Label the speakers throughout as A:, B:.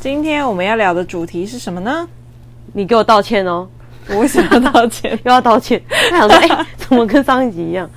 A: 今天我们要聊的主题是什么呢？
B: 你给我道歉哦，
A: 我为什么要道歉？
B: 又要道歉。他想说，哎、怎么跟上一集一样？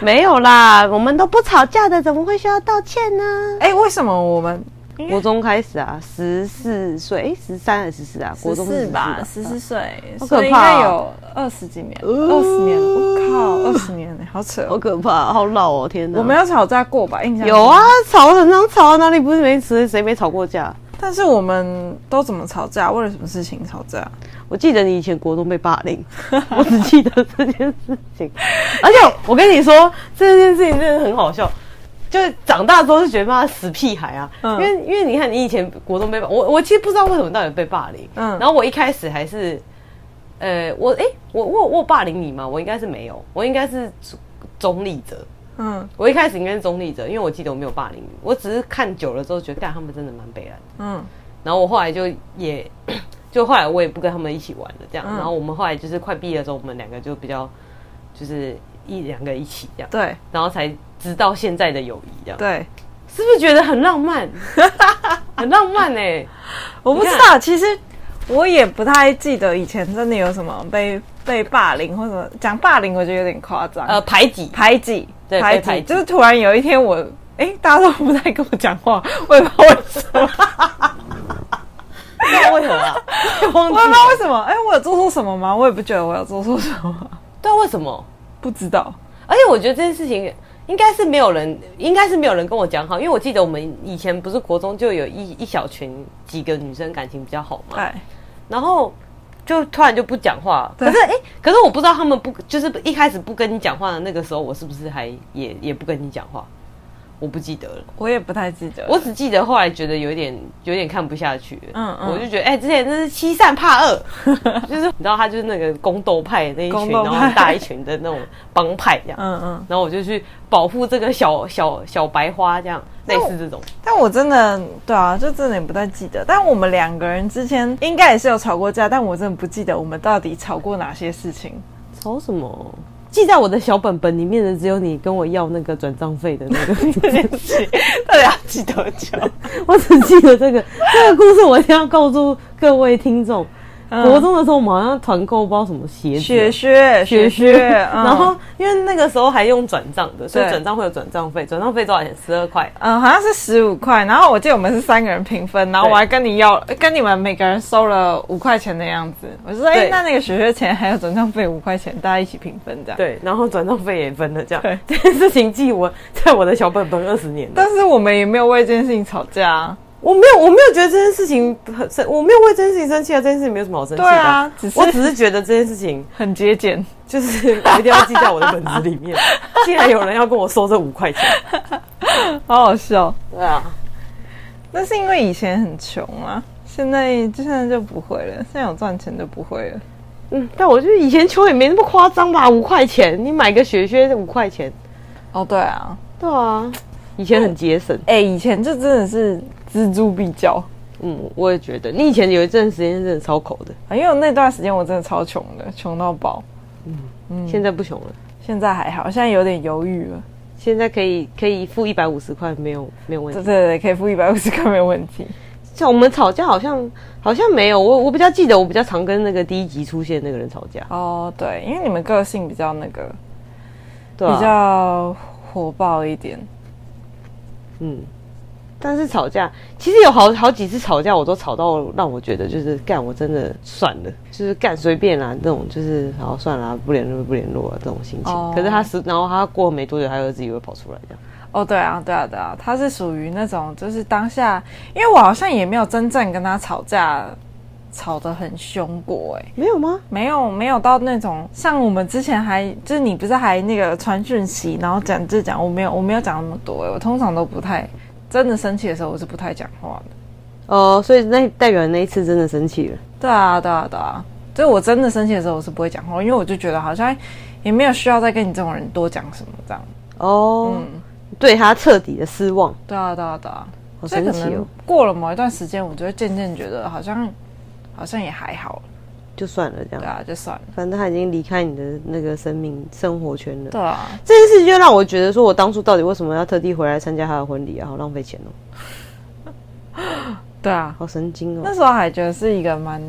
B: 没有啦，我们都不吵架的，怎么会需要道歉呢？
A: 哎、为什么我们
B: 国中开始啊，十四岁，哎、十三还是十四啊？国中
A: 是
B: 14
A: 吧，十四岁，
B: 好
A: 所以
B: 可
A: 应
B: 怕
A: 该有
B: 哦
A: 二十几年，二十年了，我靠，二十年了，好扯哦。
B: 好可怕，好老哦，天哪！
A: 我们有吵架过吧？印象中
B: 有啊，，吵很常吵啊，哪里不是没谁谁没吵过架？
A: 但是我们都怎么吵架？为了什么事情吵架？
B: 我记得你以前国中被霸凌， 我只记得这件事情。而且我跟你说，这件事情真的很好笑。就是长大之后就觉得妈死屁孩啊，
A: 嗯
B: 因为因为你看你以前国中被霸，我我其实不知道为什么到底被霸凌。
A: 嗯
B: 然后我一开始还是，呃，我诶，我我我有霸凌你吗？我应该是没有，我应该是中中立者。
A: 嗯
B: 我一开始应该是中立者，因为我记得我没有霸凌你，我只是看久了之后觉得，干他们真的蛮悲哀的。
A: 嗯
B: 然后我后来就也， 就后来我也不跟他们一起玩了，这样。
A: 嗯
B: 然后我们后来就是快毕业的时候，我们两个就比较，就是一两个一起这样，
A: 对
B: 然后才直到现在的友谊这样。
A: 对，
B: 是不是觉得很 浪漫？很浪漫哎、
A: 我不知道，其实我也不太记得以前真的有什么被被霸凌或什么讲霸凌，我觉得有点夸张。
B: 呃，排挤，
A: 排挤，
B: 对
A: 排
B: 被排
A: 挤，
B: 挤
A: 就是突然有一天我，哎、大家都不太跟我讲话，我也不知道为什么。
B: 不知道为什么啊？忘
A: 我
B: 记
A: 也不知
B: 了
A: 道为什么，哎、我有做错什么吗？我也不觉得我有做错什么，
B: 对啊，为什么？
A: 不知道。
B: 而且我觉得这件事情应该是没有人，应该是没有人跟我讲好，因为我记得我们以前不是国中就有一一小群几个女生感情比较好嘛，
A: 哎，
B: 然后就突然就不讲话。
A: 对
B: 可是哎、诶可是我不知道他们不就是一开始不跟你讲话的那个时候，我是不是还也也不跟你讲话？我不记得了，
A: 我也不太记得。
B: 我只记得后来觉得有点有点看不下去了，
A: 嗯嗯
B: 我就觉得哎、诶之前真是欺善怕 恶，就是你知道他就是那个宫斗派那一
A: 宫
B: 群，
A: 斗
B: 然
A: 派
B: 后很大一群的那种帮派这样，
A: 嗯嗯，
B: 然后我就去保护这个小小小白花这样，类似这种，
A: 但我真的对啊，就真的也不太记得。但我们两个人之间应该也是有吵过架，但我真的不记得我们到底吵过哪些事情。
B: 吵什么？记在我的小本本里面的只有你跟我要那个转账费的那个这 件事情，
A: 到底要记多久？
B: 我只记得这个这个故事，我一定要告诉各位听众。国中的时候，我们好像团购不知道什么鞋子
A: 雪
B: 啊，
A: 靴，雪靴，嗯
B: 然后因为那个时候还用转账的，所以
A: 对
B: 转账会有转账费，转账费多少钱？十二块。
A: 嗯，好像是十五块，然后我记得我们是三个人平分，然后
B: 对
A: 我还跟你要，跟你们每个人收了五块钱的样子。我就说，哎、
B: 对
A: 那那个学学钱还有转账费五块钱，大家一起平分这样。，
B: 对，然后转账费也分了，这样
A: 对
B: 这件事情记我在我的小本本二十年了。
A: 但是我们也没有为这件事情吵架啊。
B: 我没有，我没有觉得这件事情很生，我没有为这件事情生气啊，这件事情没有什么好生气的。
A: 对啊只是
B: 我只是觉得这件事情
A: 很节俭，
B: 就是我一定要记在我的本子里面。竟然有人要跟我收这五块钱，
A: 好好笑。
B: 对啊，
A: 那是因为以前很穷啊，现在就现在就不会了，现在有赚钱就不会了。
B: 嗯，但我觉得以前穷也没那么夸张吧，五块钱你买个雪靴五块钱，
A: 哦，对啊，
B: 对啊，以前很节省。
A: 哎、以前就真的是锱铢必较，
B: 嗯，我也觉得，你以前有一阵时间真的超抠的，
A: 啊因为我那段时间我真的超穷的，穷到爆。
B: 现在不穷了，
A: 现在还好，现在有点犹豫了。
B: 现在可以可以付一百五十块没有没有问
A: 对
B: 题。
A: 对对，可以付一百五十块没有问题。
B: 像我们吵架好像好像没有，我我比较记得我比较常跟那个第一集出现的那个人吵架，
A: 哦，对，因为你们个性比较那个，
B: 对啊，
A: 比较火爆一点。
B: 嗯，但是吵架，其实有好好几次吵架，我都吵到让我觉得就是干，我真的算了，就是干随便啦，这种就是好算啦，不联络就不联络了这种心情。
A: 哦
B: 可是他是，然后他过没多久，他又自己又跑出来这样。
A: 哦，对啊，对啊，对啊，他是属于那种就是当下，因为我好像也没有真正跟他吵架，吵得很凶过、欸，哎，
B: 没有吗？
A: 没有没有到那种像我们之前还就是你不是还那个传讯息，然后讲这讲，我没有我没有讲那么多、欸，我通常都不太真的生气的时候，我是不太讲话的。
B: 哦、所以那代表那一次真的生气了。
A: 对啊，对啊，对啊，就是我真的生气的时候，我是不会讲话，因为我就觉得好像也没有需要再跟你这种人多讲什么这样。
B: 哦、
A: 嗯，
B: 对他彻底的失望，
A: 对啊，对啊，对啊。
B: 好
A: 所以可
B: 神奇
A: 能
B: 哦，
A: 过了某一段时间，我就会渐渐觉得好像好像也还好了，
B: 就算了这
A: 对
B: 样。
A: 啊，就算了，
B: 反正他已经离开你的那个生命生活圈了。
A: 对啊，
B: 这件事情就让我觉得，说我当初到底为什么要特地回来参加他的婚礼啊？好浪费钱哦，
A: 对啊。
B: 好神经哦
A: 那。时候还觉得是一个蛮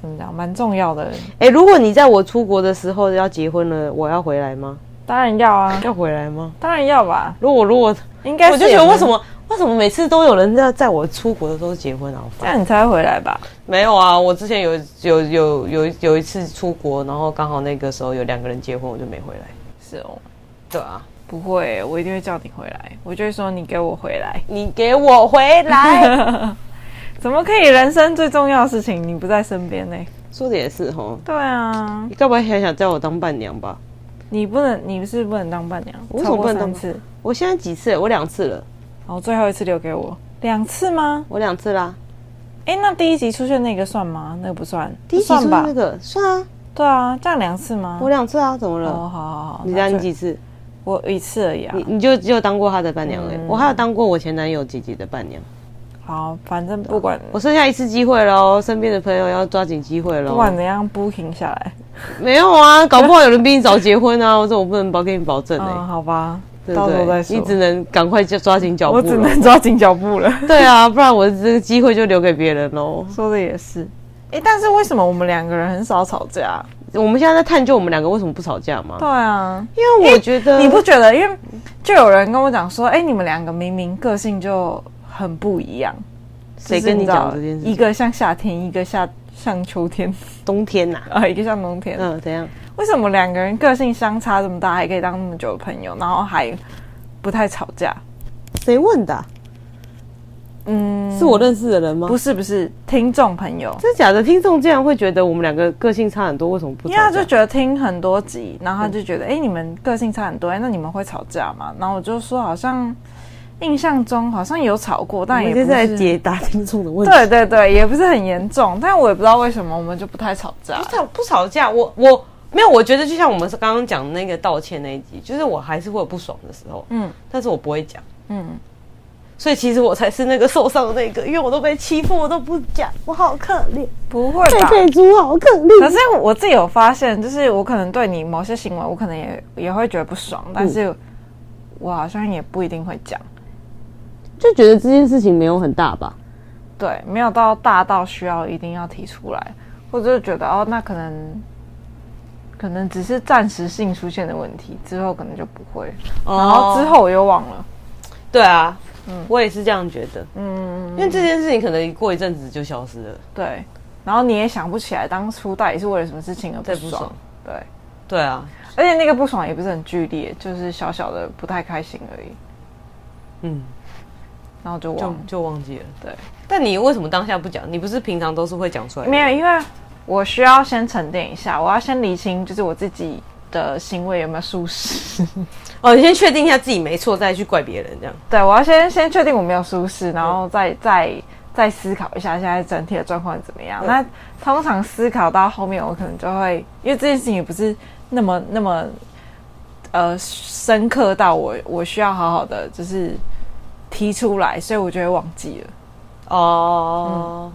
A: 怎么讲，蛮重要的，
B: 哎、如果你在我出国的时候要结婚了，我要回来吗？
A: 当然要啊，
B: 要回来吗？
A: 当然要吧，
B: 如果如果，
A: 应该是
B: 我就觉得
A: 也没
B: 为什么为什么每次都有人在在我出国的时候结婚啊？好
A: 这
B: 烦。
A: 样你才会回来吧？
B: 没有啊，我之前有有有有有一次出国，然后刚好那个时候有两个人结婚，我就没回来。
A: 是哦，
B: 对啊，
A: 不会，我一定会叫你回来，我就会说你给我回来。
B: 你给我回来。
A: 怎么可以？人生最重要的事情你不在身边呢？
B: 说的也是哈，
A: 对啊，
B: 你该不会还想叫我当伴娘吧？
A: 你不能，你是不能当伴娘，
B: 我为什
A: 超
B: 么
A: 过
B: 不能
A: 三
B: 当
A: 次，
B: 我现在几次了？我两次了，
A: 然后最后一次留给我两次吗？
B: 我两次啦。
A: 哎，那第一集出现那个算吗？那个不算，
B: 第一集
A: 不
B: 是
A: 算吧
B: 那？个，算啊，
A: 对啊，这样两次吗？
B: 我两次啊，怎么了？
A: 哦，好好好，
B: 你家
A: 那
B: 你
A: 就
B: 几次？
A: 我一次而已啊
B: 你。你就只有当过他的伴娘哎、
A: 嗯
B: 我还有当过我前男友姐姐的伴娘。
A: 好，反正不管
B: 我剩下一次机会喽，身边的朋友要抓紧机会
A: 不
B: 喽。
A: 管怎样 booking 下来，
B: 没有啊，搞不好有人比你早结婚啊，我这我不能保给你保证哎、
A: 嗯，好吧，
B: 对
A: 到时候
B: 不
A: 再
B: 对？
A: 说。
B: 你只能赶快就抓紧脚步
A: 我
B: 咯。
A: 只能抓紧脚 步了。
B: 对啊，不然我这个机会就留给别人喽。
A: 说的也是，哎，但是为什么我们两个人很少吵架？
B: 我们现在在探究我们两个为什么不吵架吗？
A: 对啊，
B: 因为我觉得、
A: 你不觉得？因为就有人跟我讲说，哎、你们两个明明个性就很不一样，
B: 谁
A: 就是
B: 跟你
A: 知道
B: 讲这件事？
A: 一个像夏天，一个像像秋天，
B: 冬天呐、
A: 啊，一个像冬天。
B: 嗯，怎样？
A: 为什么两个人个性相差这么大，还可以当那么久的朋友，然后还不太吵架？
B: 谁问的啊、
A: 嗯，
B: 是我认识的人吗？
A: 不是不是听众朋友，
B: 真假的听众竟然会觉得我们两个个性差很多，为什么不
A: 因
B: 吵
A: 为他
B: 架？
A: 就觉得听很多集，然后他就觉得，哎、你们个性差很多，哎那你们会吵架吗？然后我就说，好像印象中好像有吵过，
B: 我
A: 但也不
B: 们就是在解答听众的问题。
A: 对对对，也不是很严重，但我也不知道为什么我们就不太吵架
B: 不。吵不吵架，我我没有，我觉得就像我们是刚刚讲的那个道歉那一集，就是我还是会有不爽的时候，
A: 嗯
B: 但是我不会讲，
A: 嗯，
B: 所以其实我才是那个受伤的那个，因为我都被欺负，我都不讲，我好可怜，嗯
A: 不会
B: 被
A: 吧？
B: 被猪好可
A: 可
B: 怜。
A: 是我自己有发现，就是我可能对你某些行为，我可能也也会觉得不爽，但是我好像也不一定会讲。
B: 就觉得这件事情没有很大吧？
A: 对，没有到大到需要一定要提出来，或者是觉得哦，那可能可能只是暂时性出现的问题，之后可能就不会。
B: 哦
A: 然后之后我又忘了，
B: 对啊，我也是这样觉得，
A: 嗯，
B: 因为这件事情可能过一阵子就消失了，
A: 对。然后你也想不起来当初到底是为了什么事情而不
B: 对
A: 爽
B: 不爽，
A: 对。
B: 对啊，
A: 而且那个不爽也不是很剧烈，就是小小的不太开心而已，
B: 嗯，
A: 然后就忘
B: 就
A: 了。
B: 就忘记了。
A: 对，
B: 但你为什么当下不讲？你不是平常都是会讲出来的？
A: 没有，因为我需要先沉淀一下，我要先理清，就是我自己的行为有没有疏失。
B: 哦，你先确定一下自己没错，再去怪别人这样。
A: 对，我要先先确定我没有疏失，然
B: 嗯
A: 后再再再思考一下现在整体的状况怎么
B: 嗯
A: 样。那通常思考到后面，我可能就会，因为这件事情也不是那么那么呃深刻到我我需要好好的就是提出来，所以我就会忘记了。
B: 哦、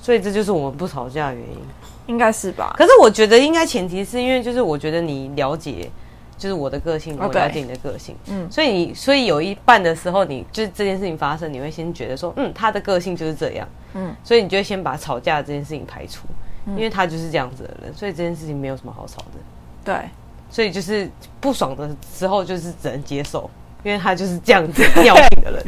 B: 所以这就是我们不吵架的原因。
A: 应该是吧？
B: 可是我觉得应该前提是因为就是我觉得你了解，就是我的个性，
A: 哦
B: 我了
A: 对
B: 解你的个性，嗯，
A: 嗯
B: 所以你所以有一半的时候你，就是这件事情发生，你会先觉得说，嗯，他的个性就是这样，嗯
A: 嗯，
B: 所以你就会先把吵架这件事情排除，因为他就是这样子的人，所以这件事情没有什么好吵的，
A: 对
B: 所以就是不爽的时候就是只能接受，因为他就是这样子尿性的人。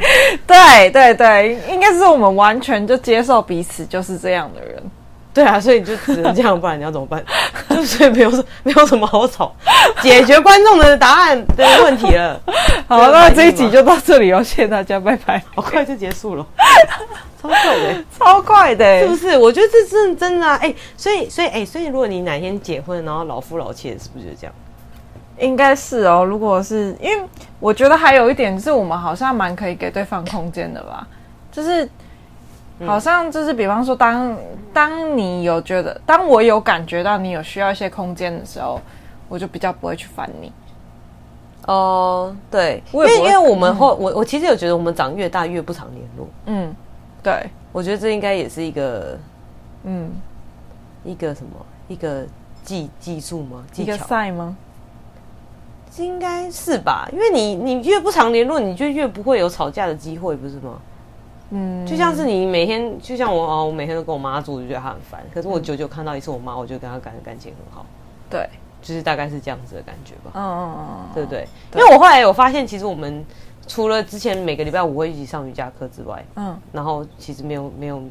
A: 对对对，应该是我们完全就接受彼此就是这样的人。
B: 对啊，所以你就只能这样，不然你要怎么 办？就所以没有什没有什么好吵，解决观众的答案的问题 了。
A: 好，
B: 有
A: 那
B: 反应
A: 这一集
B: 吗
A: 就到这里哦，谢谢大家，拜拜。
B: 好快就结束 了，超快的、欸
A: 超快的、
B: 是不是？我觉得这是真的啊！哎、所以所以哎、所以如果你哪天结婚，然后老夫老妻，是不是就这样？
A: 应该是哦。如果是因为我觉得还有一点是我们好像蛮可以给对方空间的吧，就是
B: 嗯
A: 好像就是比方说当当你有觉得，当我有感觉到你有需要一些空间的时候，我就比较不会去烦你。
B: 哦、对，因
A: 我也
B: 为
A: 不
B: 因
A: 会
B: 为我们后、我我其实有觉得我们长越大越不常联络，
A: 嗯，对，
B: 我觉得这应该也是一个
A: 嗯，
B: 一个什么一个技技术吗？技
A: 一个
B: 巧
A: 赛吗？
B: 应该是吧？因为你你越不常联络，你就越不会有吵架的机会，不是吗？
A: 嗯，
B: 就像是你每天，就像我哦，我每天都跟我妈住，我就觉得她很烦。可是我久久看到一次我妈，我就跟她感感情很好，
A: 对，
B: 就是大概是这样子的感觉吧，
A: 嗯嗯嗯嗯，
B: 对不对？因为我后来有发现，其实我们除了之前每个礼拜五会一起上瑜伽课之外，
A: 嗯
B: 然后其实没有没有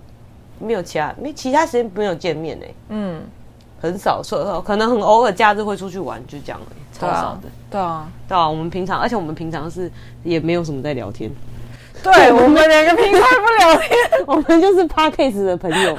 B: 没有其他没其他时间没有见面哎、
A: 嗯，
B: 很少，说可能很偶尔假日会出去玩，就这样、欸，超
A: 对
B: 少
A: 啊
B: 的。，
A: 对啊，
B: 对啊，我们平常，而且我们平常是也没有什么在聊天，
A: 对我们两个平常不聊天。
B: 我们就是 p a r k a s 的朋友。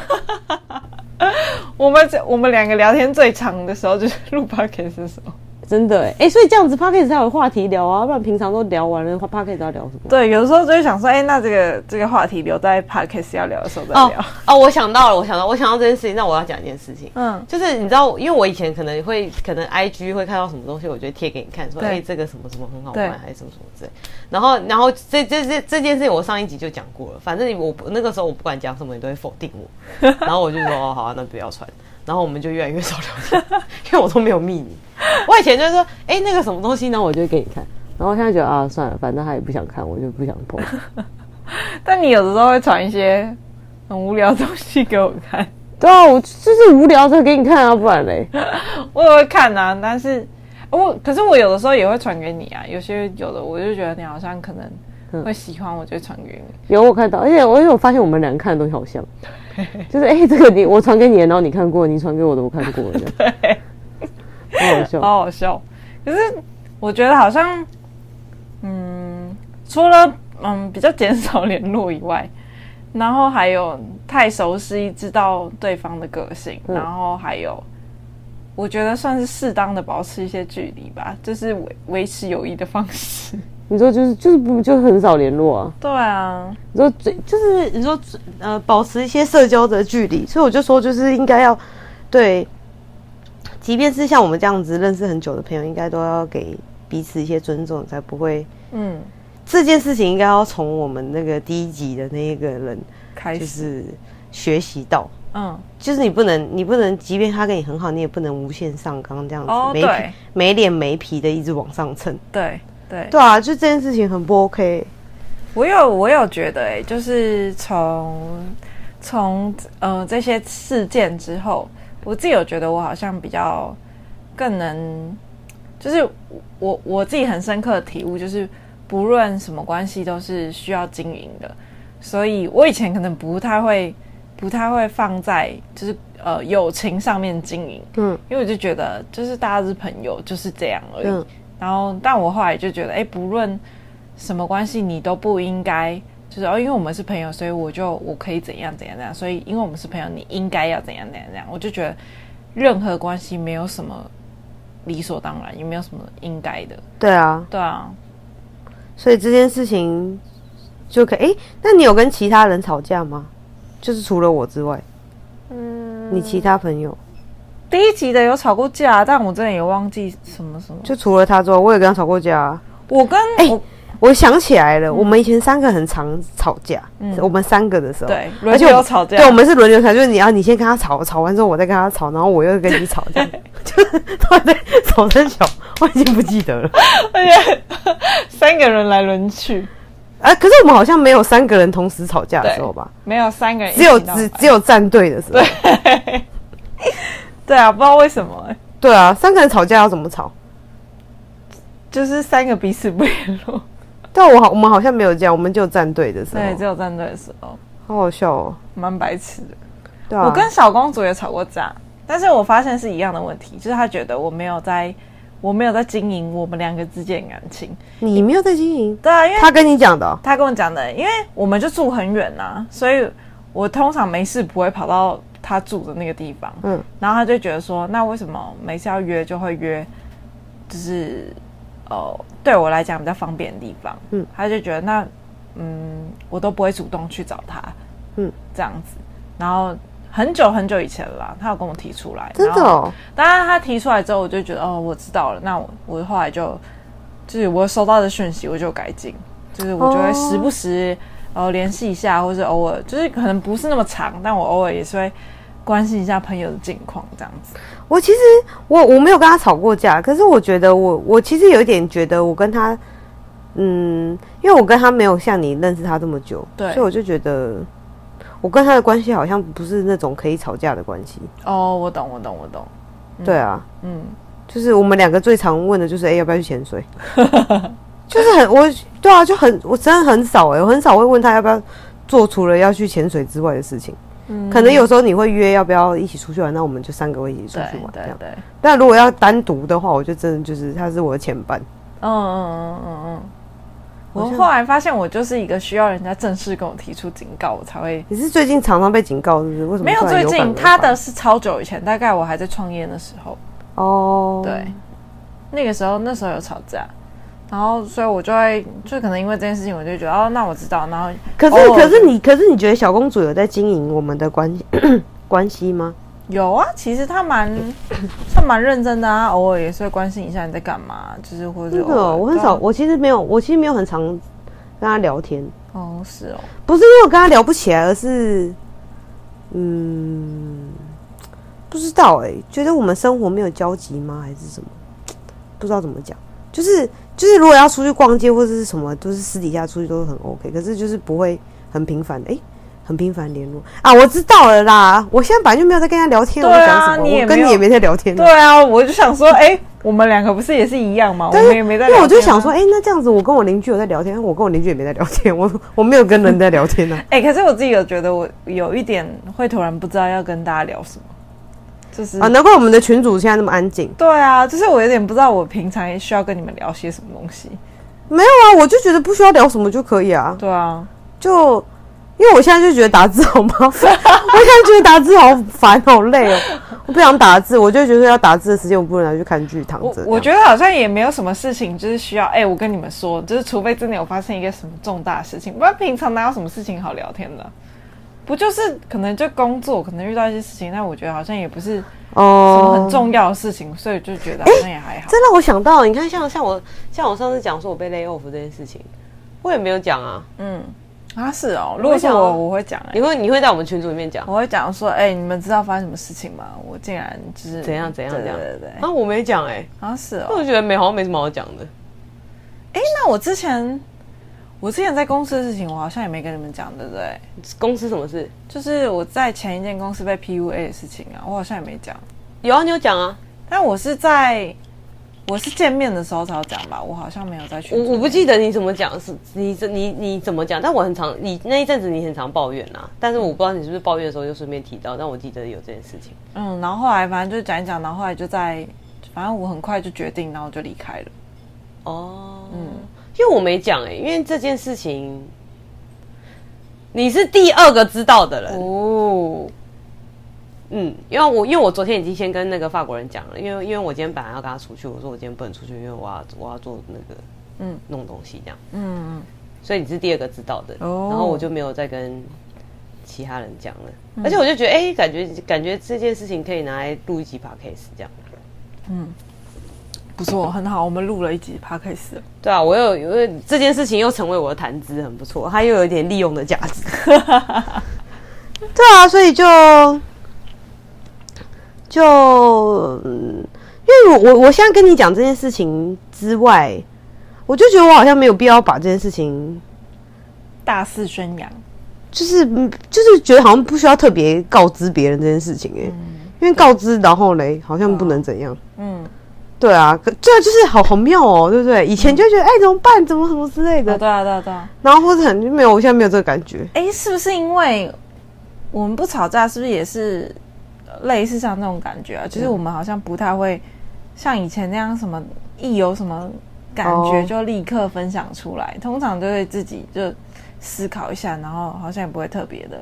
A: 我们这我们两个聊天最长的时候就是录 podcast 的时候。
B: 真的哎、欸所以这样子 p o d c a s 才有话题聊啊，不然平常都聊完了 p o d c a s 要聊什么？
A: 对，有的时候就会想说，哎、那这个这个话题留在 podcast 要聊的时候再聊。
B: 哦，我想到了，我想到，我想到这件事情，那我要讲一件事情，
A: 嗯，
B: 就是你知道，因为我以前可能会，可能 IG 会看到什么东西，我就会贴给你看，说，
A: 对
B: 哎、这个什么什么很好
A: 对
B: 玩，还是什么什么之类。然后，然后这这这这件事情，我上一集就讲过了。反正你我不那个时候我不管讲什么，你都会否定我。 然后我就说，哦，好、啊，那不要传。 然后我们就越来越少聊天，因为我都没有密你。我以前就是说，哎、那个什么东西呢，我就会给你看。然后现在觉得啊，算了，反正他也不想看，我就不想 碰。
A: 但你有的时候会传一些很无聊的东西给我看，
B: 对啊，我就是无聊才给你看啊，不然嘞。
A: 我也会看啊，但是我可是我有的时候也会传给你啊，有些有的我就觉得你好像可能会喜欢，我就传给你。
B: 有我看到，而且我有发现我们两个看的东西好像，就是哎、这个你我传给你的，然后你看过，你传给我的我看过，这样
A: 对，
B: 好好笑。
A: 好好笑。可是我觉得好像，嗯，除了嗯比较减少联络以外，然后还有太熟悉知道对方的个性，
B: 嗯
A: 然后还有我觉得算是适当的保持一些距离吧，就是维维持友谊的方 式。
B: 你说就是就是不就很少联络啊？
A: 对啊，
B: 你说最就是你说最呃保持一些社交的距离，所以我就说就是应该要对，即便是像我们这样子认识很久的朋友，应该都要给彼此一些尊重，才不会
A: 嗯，
B: 这件事情应该要从我们那个第一集的那个人
A: 开
B: 就
A: 始，
B: 是学习到。
A: 嗯，
B: 就是你不能，你不能，即便他跟你很好，你也不能无限上纲这样子，
A: 哦
B: 没
A: 对
B: 皮没脸没皮的一直往上蹭。
A: 对对，
B: 对啊，就这件事情很不 OK。
A: 我有我有觉得、欸，就是从从呃这些事件之后，我自己有觉得我好像比较更能，就是我我自己很深刻的体悟，就是不论什么关系都是需要经营的，所以我以前可能不太会不太会放在就是呃友情上面经营，
B: 嗯
A: 因为我就觉得就是大家是朋友就是这样而已，
B: 嗯
A: 然后，但我后来就觉得，哎，不论什么关系，你都不应该就是哦，因为我们是朋友，所以我就我可以怎样怎样怎样，所以因为我们是朋友，你应该要怎样怎样怎样。我就觉得任何关系没有什么理所当然，也没有什么应该的。
B: 对啊，
A: 对啊，
B: 所以这件事情就可以。哎、那你有跟其他人吵架吗？就是除了我之外，
A: 嗯，
B: 你其他朋友，
A: 第一集的有吵过架，但我真的也忘记什么什么。
B: 就除了他之外，我也跟他吵过架、啊。
A: 我跟
B: 哎
A: 我
B: 我想起来了，我们以前三个很常吵架，
A: 嗯
B: 我们三个的时候，
A: 对啊
B: 而
A: 轮
B: 且我
A: 流吵架，
B: 对，我们是轮流吵，就是你要啊你先跟他吵，吵完之后我再跟他吵，然后我又跟你吵，这样就是他在吵三小，我已经不记得了。
A: 而且三个人来轮去，
B: 啊，可是我们好像没有三个人同时吵架的时候吧，
A: 没有三个人一起
B: 只有
A: 闹
B: 只
A: 翻
B: 只有站队的时候。对
A: 对啊，不知道为什么、哎
B: 对啊，三个人吵架要怎么吵？
A: 就是三个彼此不联络。哦
C: 但我好，我们好像没有这样，我们就站队的时候，
A: 对，只有站队的时候，
C: 好好笑哦。
A: 蛮白痴的。
C: 对啊，
A: 我跟小公主也吵过架，但是我发现是一样的问题，就是她觉得我没有在，我没有在经营我们两个之间的感情。
C: 你没有在经营，
A: 对啊，因为
C: 他跟你讲的哦、
A: 她跟我讲的，因为我们就住很远呐、所以我通常没事不会跑到她住的那个地方。
C: 嗯，
A: 然后她就觉得说，那为什么每次要约就会约，就是哦、呃对我来讲比较方便的地方。
C: 嗯，
A: 她就觉得那嗯，我都不会主动去找她。
C: 嗯，
A: 这样子，然后。很久很久以前了啦，她有跟我提出来，
C: 真的
A: 然后
C: 哦、
A: 当然，他提出来之后，我就觉得哦，我知道了。那我我后来就就是我收到的讯息，我就改进，就是我就会时不时呃联系一下，或是偶尔就是可能不是那么长，但我偶尔也是会关心一下朋友的近况这样子。
C: 我其实我我没有跟他吵过架，可是我觉得我我其实有一点觉得我跟他，嗯，因为我跟他没有像你认识他这么久，
A: 对
C: 所以我就觉得我跟他的关系好像不是那种可以吵架的关系。
A: 哦，我懂，我懂，我懂。
C: 对啊，
A: 嗯，
C: 就是我们两个最常问 的就是，哎、要不要去潜水？就是很我对啊，就很我真的很少哎、我很少会问他要不要做除了要去潜水之外的事情。
A: 嗯
C: 可能有时候你会约要不要一起出去玩，那我们就三个会一起出
A: 对
C: 去玩这
A: 对
C: 样。
A: 对，
C: 但如果要单独的话，我就真的就是他是我的前半，
A: 嗯嗯嗯嗯嗯。我
C: 好像
A: 后来发现，我就是一个需要人家正式跟我提出警告，我才会
C: 你是最近常常被警告，是不是？为什么
A: 没有
C: 突然
A: 最
C: 感
A: 近
C: 而
A: 他
C: 发
A: 的是超久以前，大概我还在创业的时候。
C: 哦，
A: 对，，那个时候那时候有吵架，然后所以我就会就可能因为这件事情，我就觉得哦，那我知道，然后
C: 可是、
A: 偶尔
C: 可是你可是你觉得小公主有在经营我们的关系 关系吗？
A: 有啊，其实他 蛮算蛮认真的啊，偶尔也是会关心一下你在干嘛，就是或者
C: 真
A: 是
C: 的哦、
A: 偶尔
C: 我很少，
A: 对啊
C: 我其实没有，我其实没有很常跟他聊天，
A: 哦，是哦，
C: 不是因为我跟他聊不起来，而是嗯，不知道哎、觉得我们生活没有交集吗？还是什么？不知道怎么讲，就是就是，如果要出去逛街或者是什么，都、是私底下出去都很 OK，可是就是不会很频繁的，哎、很频繁联络啊！我知道了啦，我现在本来就没有在跟他聊天，
A: 对啊
C: 我讲什么？
A: 你也
C: 我跟
A: 没有
C: 你也没在聊天，
A: 对啊，我就想说，哎、我们两个不是也是一样吗？我
C: 但是
A: 们也没在、啊
C: 因为我就想说，。哎、那这样子，我跟我邻居有在聊天，我跟我邻居也没在聊天，我我没有跟人在聊天啊 呢、
A: 哎、可是我自己有觉得我有一点会突然不知道要跟大家聊什么，就是、
C: 啊。啊，难怪我们的群主现在那么安静。
A: 对啊，就是我有点不知道我平常也需要跟你们聊些什么东西。
C: 没有啊，我就觉得不需要聊什么就可以啊，
A: 对啊，
C: 就因为我现在就觉得打字好麻烦， 我现在觉得打字好烦好累哦，我不想打字，我就觉得要打字的时间我不能拿去看剧躺
A: 我
C: 着。
A: 我
C: 得
A: 觉得好像也没有什么事情，就是需要哎、我跟你们说，就是除非真的有发生一个什么重大的事情，不然平常哪有什么事情好聊天的？不就是可能就工作，可能遇到一些事情，但我觉得好像也不是什么很
C: 哦，
A: 重要的事情，所以就觉得好像也还好。
C: 这让我想到，哦你看像像我像我上次讲说我被 lay off 这件事情，我也没有讲啊，
A: 嗯，啊是哦，如果是我，我会讲、哎
C: 你会你会在我们群组里面讲
A: 我会讲说，哎、你们知道发生什么事情吗？我竟然就是
C: 怎样怎样
A: 对
C: 怎样
A: 对对对，
C: 啊，我没讲哎、
A: 啊是哦
C: 因为，我觉得没好像没什么好讲的。
A: 哎、那我之前我之前在公司的事情，我好像也没跟你们讲，对不对？
C: 公司什么事？
A: 就是我在前一间公司被 PUA 的事情啊，我好像也没讲，
C: 有啊，你有讲啊，
A: 但我是在我是见面的时候才有讲吧，我好像没有在群
C: 我
A: 组里面。
C: 我不记得你怎么讲，是你你你怎么讲？但我很常，你那一阵子你很常抱怨啊，但是我不知道你是不是抱怨的时候就顺便提到，但我记得有这件事情。
A: 嗯，然后后来反正就讲一讲，然后后来就在，反正我很快就决定，然后就离开了。
C: 哦，嗯，因为我没讲哎、因为这件事情你是第二个知道的人，
A: 哦，
C: 嗯，因为我因为我昨天已经先跟那个法国人讲了，因为因为我今天本来要跟他出去，我说我今天不能出去，因为我要我要做那个嗯
A: 嗯
C: 弄东西这样，
A: 嗯
C: 所以你是第二个知道的，
A: 哦
C: 然后我就没有再跟其他人讲了，
A: 嗯
C: 而且我就觉得，哎、感觉感觉这件事情可以拿来录一集 podcast 这样，
A: 不错，很好，我们录了一集 podcast，
C: 对啊，我有因为这件事情又成为我的谈资，很不错，它又有一点利用的价值，对啊，所以就就、嗯因为我我我现在跟你讲这件事情之外，我就觉得我好像没有必要把这件事情
A: 大肆宣扬。
C: 就是嗯就是觉得好像不需要特别欸嗯告知别人这件事情哎、因为告知然后嘞好像不能怎样，
A: 嗯，
C: 对啊，可对啊，就是好好妙哦，对不对？以前就觉得哎、怎么办，怎么什么之类的，
A: 对啊，对啊，对啊。
C: 然后或者很没有，我现在没有这个感觉。
A: 哎，是不是因为我们不吵架，是不是也是类似像那种感觉啊？就是
C: 嗯
A: 我们好像不太会像以前那样，什么一有什么感觉
C: 哦
A: 就立刻分享出来，通常都会自己就思考一下，然后好像也不会特别的，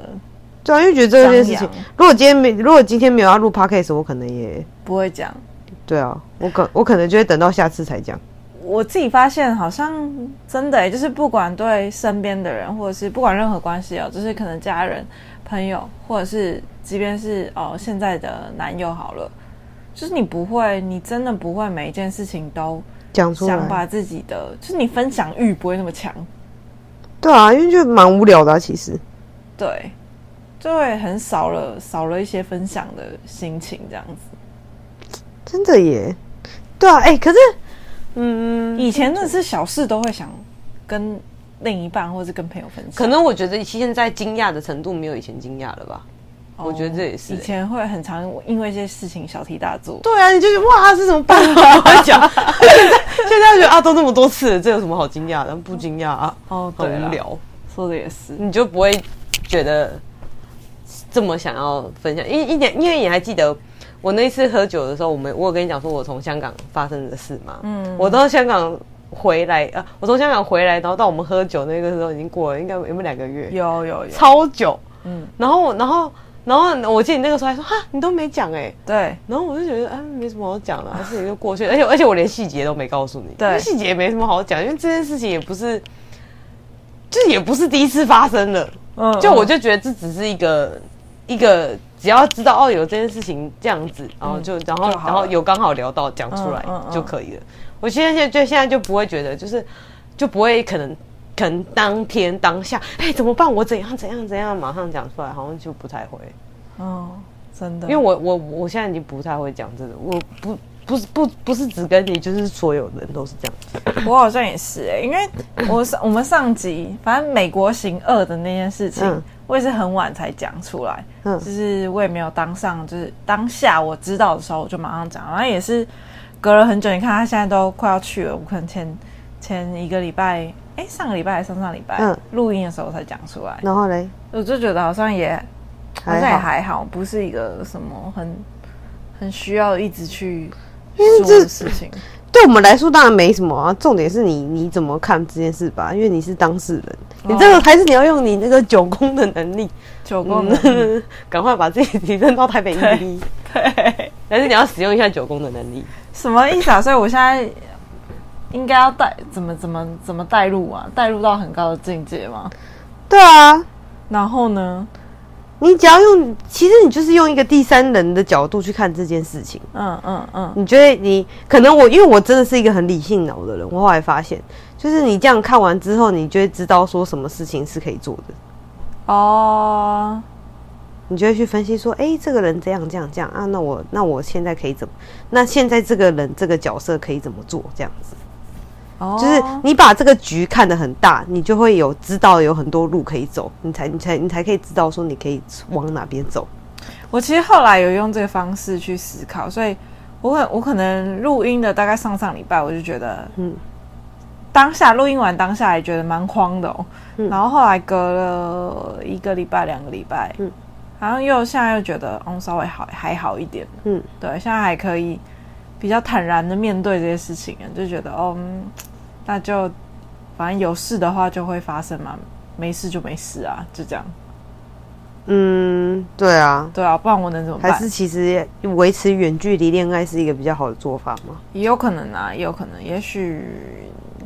C: 对啊，因为觉得这件事
A: 张
C: 情
A: 扬，
C: 如果今天没，如果今天没有要录 podcast，我可能也
A: 不会讲。
C: 对啊，我可我可能就会等到下次才讲。
A: 我自己发现，好像真的、欸，就是不管对身边的人，或者是不管任何关系哦、就是可能家人、朋友，或者是即便是哦现在的男友好了，就是你不会，你真的不会每一件事情都
C: 讲出
A: 想
C: 来，
A: 把自己的，就是你分享欲不会那么强，
C: 对啊，因为就蛮无聊的、啊，其实。
A: 对，就会很少了，少了一些分享的心情，这样子。
C: 真的耶，对啊，哎、可是，嗯，
A: 以前那是小事都会想跟另一半或是跟朋友分享，
C: 可能我觉得现在惊讶的程度没有以前惊讶了吧？我觉得这也是
A: 哦以 前会很常因为一些事情小题大做，
C: 对啊，你就觉得哇，这怎么 办啊法？我会讲，现在现在觉得啊，都那么多次了，这有什么好惊讶的？不惊讶啊，
A: 哦
C: 很
A: 对啦
C: 无聊，
A: 说的也是，
C: 你就不会觉得这么想要分享。因一点，因为你还记得我那一次喝酒的时候，我们我有跟你讲说我从香港发生的事嘛，嗯，我到香港回来啊，我从香港回来，然后到我们喝酒那个时候已经过了，应该有没有两个月？
A: 有有有，
C: 超久，
A: 嗯
C: 嗯，然后我然后然后我记得你那个时候还说哈，你都没讲哎、
A: 对
C: 然后我就觉得，哎，没什么好讲的、啊，事情就过去了。而且而且我连细节都没告诉你，
A: 对
C: 因为细节也没什么好讲，因为这件事情也不是，就是也不是第一次发生了。
A: 嗯
C: 就我就觉得这只是一个一个，只要知道哦有这件事情这样子，然后就、然后
A: 嗯就好了
C: 然后有刚好聊到讲出来
A: 嗯嗯嗯
C: 就可以了。我现在现在就现在就不会觉得就是就不会可能。可能当天当下，哎、怎么办？我怎样怎样怎样，马上讲出来，好像就不太会。
A: 哦，真的，
C: 因为我我我现在已经不太会讲这个，我不不是不不是只跟你，就是所有人都是这样。
A: 我好像也是哎、因为我上我们上集反正美国行二的那件事情，
C: 嗯
A: 我也是很晚才讲出来，
C: 嗯
A: 就是我也没有当上，就是当下我知道的时候我就马上讲，然后也是隔了很久，你看他现在都快要去了，我可能前前一个礼拜。哎，上个礼拜还是上上礼拜
C: 嗯
A: 录、音的时候才讲出来，
C: 然后嘞，
A: 我就觉得好像也好
C: 还
A: 像也
C: 好
A: 还好，不是一个什么很很需要一直去
C: 为
A: 说
C: 这
A: 的事情。
C: 对我们来说当然没什么啊，重点是你你怎么看这件事吧，因为你是当事人，你这个还是你要用你那个九宫的能力，
A: 九宫格
C: 嗯， 赶快把自己提升到台北一零一，
A: 对，
C: 但是你要使用一下九宫的能力。
A: 什么意思啊？所以我现在应该要带怎么怎么怎么带入啊？带入到很高的境界吗？
C: 对啊，
A: 然后呢？
C: 你只要用，其实你就是用一个第三人的角度去看这件事情。
A: 嗯嗯嗯，
C: 你觉得你可能我，因为我真的是一个很理性脑的人，我后来发现，就是你这样看完之后，你就会知道说什么事情是可以做的，
A: 哦，
C: 你就会去分析说，哎、这个人这样这样这样啊，那我那我现在可以怎么？那现在这个人这个角色可以怎么做？这样子，
A: 哦，
C: 就是你把这个局看得很大，你就会有知道有很多路可以走，你才你才你才可以知道说你可以往哪边走。
A: 我其实后来有用这个方式去思考，所以我可我可能录音的大概上上礼拜，我就觉得，嗯
C: 嗯，
A: 当下录音完当下也觉得蛮慌的哦。
C: 嗯
A: 然后后来隔了一个礼拜、两个礼拜，嗯
C: 嗯，
A: 好像又现在又觉得，嗯，稍微好还好一点，嗯
C: 嗯，
A: 对，现在还可以比较坦然的面对这些事情，就觉得，哦，嗯那就反正有事的话就会发生嘛，没事就没事啊，就这样，
C: 嗯，对啊，
A: 对啊，不然我能怎么
C: 还
A: 办？
C: 是其实维持远距离恋爱是一个比较好的做法吗？
A: 也有可能啊，也有可能，也许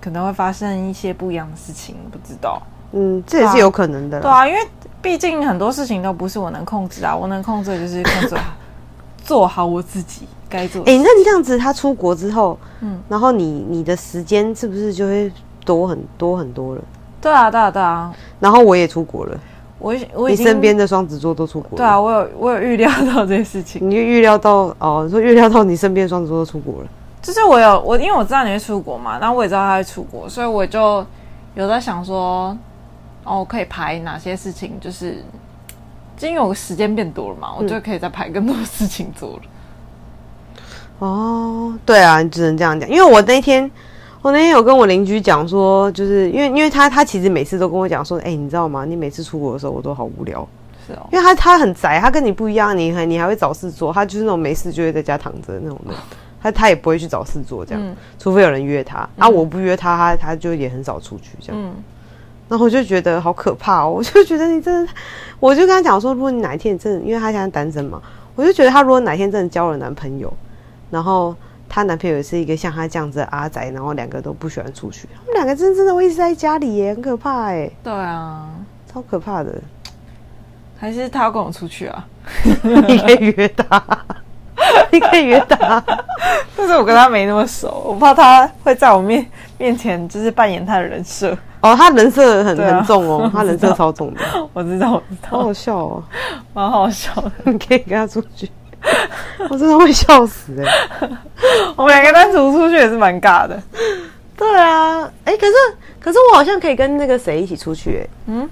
A: 可能会发生一些不一样的事情，不知道。
C: 嗯，这也是有可能的啦。
A: 对啊，因为毕竟很多事情都不是我能控制啊，我能控制的 就是控制好做好我自己该做的
C: 哎、
A: 事。
C: 那你这样子，他出国之后，
A: 嗯
C: 嗯，然后你你的时间是不是就会多很多很多了？
A: 对啊，对啊，对啊，
C: 然后我也出国了，
A: 我已我已
C: 你
A: 经
C: 身边的双子座都出国了，
A: 对啊，，我有我有预料到这些事情，
C: 你就预料到哦，你说预料到你身边的双子座都出国了，
A: 就是我有我因为我知道你会出国嘛，然后我也知道他会出国，所以我就有在想说，哦，可以排哪些事情，就是
C: 嗯
A: 就因为我时间变多了嘛，我就可以再排更多的事情做了。
C: 哦，对啊，你只能这样讲，因为我那天，我那天有跟我邻居讲说，就是因为因为他他其实每次都跟我讲说，哎、你知道吗？你每次出国的时候，我都好无聊，
D: 是哦，
C: 因为他他很宅，他跟你不一样，你还你还会找事做，他就是那种没事就会在家躺着的那种人，他他也不会去找事做这样，
D: 嗯
C: 除非有人约他，啊，我不约他，他他就也很少出去这样，
D: 嗯，
C: 然后我就觉得好可怕哦，我就觉得你真的，我就跟他讲说，如果你哪一天真的，因为他现在单身嘛，我就觉得他如果哪天真的交了男朋友，然后她男朋友也是一个像她这样子的阿宅，然后两个都不喜欢出去，他们两个真的真的会一直在家里耶，很可怕哎，
D: 对啊，
C: 超可 怕的，
D: 还是他要跟我出去啊？
C: 你可以约他，你可以约 他，
A: 但是我跟他没那么熟，我怕他会在我面面前就是扮演他的人设。
C: 哦，他人设很、
A: 对啊
C: 很重 哦，他人设超重的，
A: 我知道，我知
C: 好
A: 道，
C: 好笑哦，
A: 蛮好笑的。
C: 你可以跟他出去，我真的会笑死哎。
A: 我们两个单独出去也是蛮尬的。
C: 对啊，哎、可是可是我好像可以跟那个谁一起出去、欸，嗯，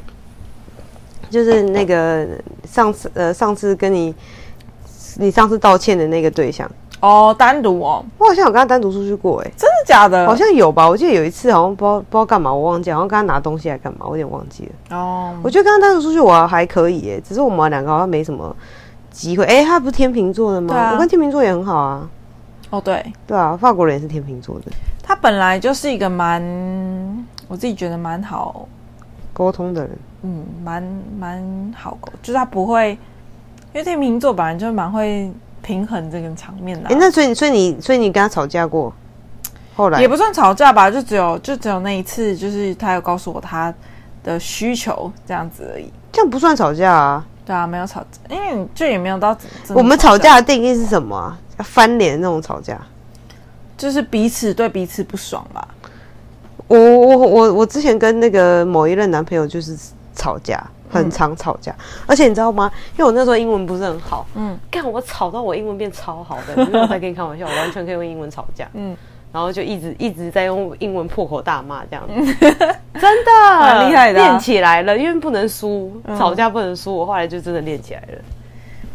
C: 就是那个上次呃上次跟你你上次道歉的那个对象，
A: 哦，单独哦，
C: 我好像有跟他单独出去过、欸，
A: 真的假的？
C: 好像有吧？我记得有一次好像不知道不知道干嘛，我忘记，好像跟他拿东西还干嘛，我有点忘记了。
A: 哦，
C: 我觉得跟他单独出去我还可以、欸，只是我们两个好像没什么机会。哎、他不是天秤座的吗？
A: 对啊
C: 我跟天秤座也很好啊，
A: 哦，对，
C: 对啊，法国人也是天秤座的，
A: 他本来就是一个蛮，我自己觉得蛮好，
C: 沟通的人。
A: 嗯，蛮蛮好狗，就是他不会，因为天秤座本来就蛮会平衡这个场面的、啊
C: 哎、那所以所以你所以你跟他吵架过？后来
A: 也不算吵架吧，就只有就只有那一次，就是他有告诉我他的需求这样子而已。
C: 这样不算吵架啊。
A: 对啊，没有吵架，因为就也没有到真的
C: 我们吵架的定义是什么啊？翻脸那种吵架。
A: 就是彼此对彼此不爽吧。
C: 我我我我之前跟那个某一任男朋友就是吵架，很常吵架。而且你知道吗？因为我那时候英文不是很好，嗯
A: 嗯，
C: 干我吵到我英文变超好的，没有在跟你开玩笑，我完全可以用英文吵架，嗯
A: 嗯。
C: 然后就一直一直在用英文破口大骂， 这样子， 真的嗯
A: 蛮厉害的啊
C: 练起来了，因为不能输，吵架不能输，我后来就真的练起来了。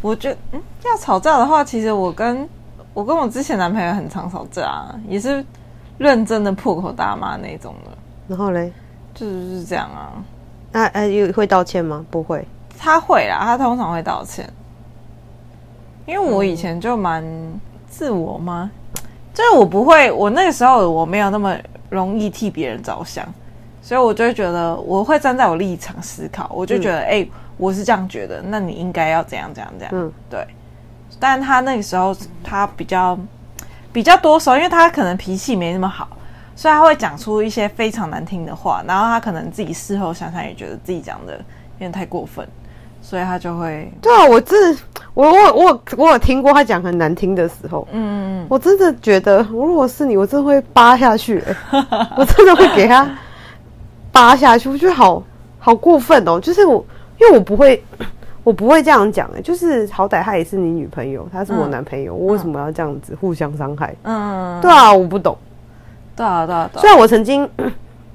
A: 我觉得，嗯，要吵架的话，其实我跟我跟我之前男朋友很常吵架、啊，也是认真的破口大骂那种的，
C: 然后嘞，
A: 就是这样啊。
C: 那哎，有会道歉吗？不会。
A: 他会啦，他通常会道歉，因为我以前就蛮自我嘛，就是我不会，我那个时候我没有那么容易替别人着想，所以我就会觉得我会站在我立场思考，我就觉得哎、诶我是这样觉得，那你应该要怎样怎样怎样，
C: 嗯
A: 对。但他那个时候他比较比较多手，因为他可能脾气没那么好。所以他会讲出一些非常难听的话，然后他可能自己事后想想也觉得自己讲的有点太过分，所以他就会，
C: 对啊，我真的，我我我有我有听过他讲很难听的时候，
A: 嗯，
C: 我真的觉得，我如果是你，我真的会扒下去、 欸我真的会给他扒下去，我觉得好好过分哦、就是我，因为我不会，我不会这样讲、欸，就是好歹他也是你女朋友，他是我
A: 嗯
C: 男朋友，我为什么要这样子互相伤害？
A: 嗯，
C: 对啊，我不懂。
A: 对啊，对啊，对
C: 虽
A: 啊，
C: 然我曾经，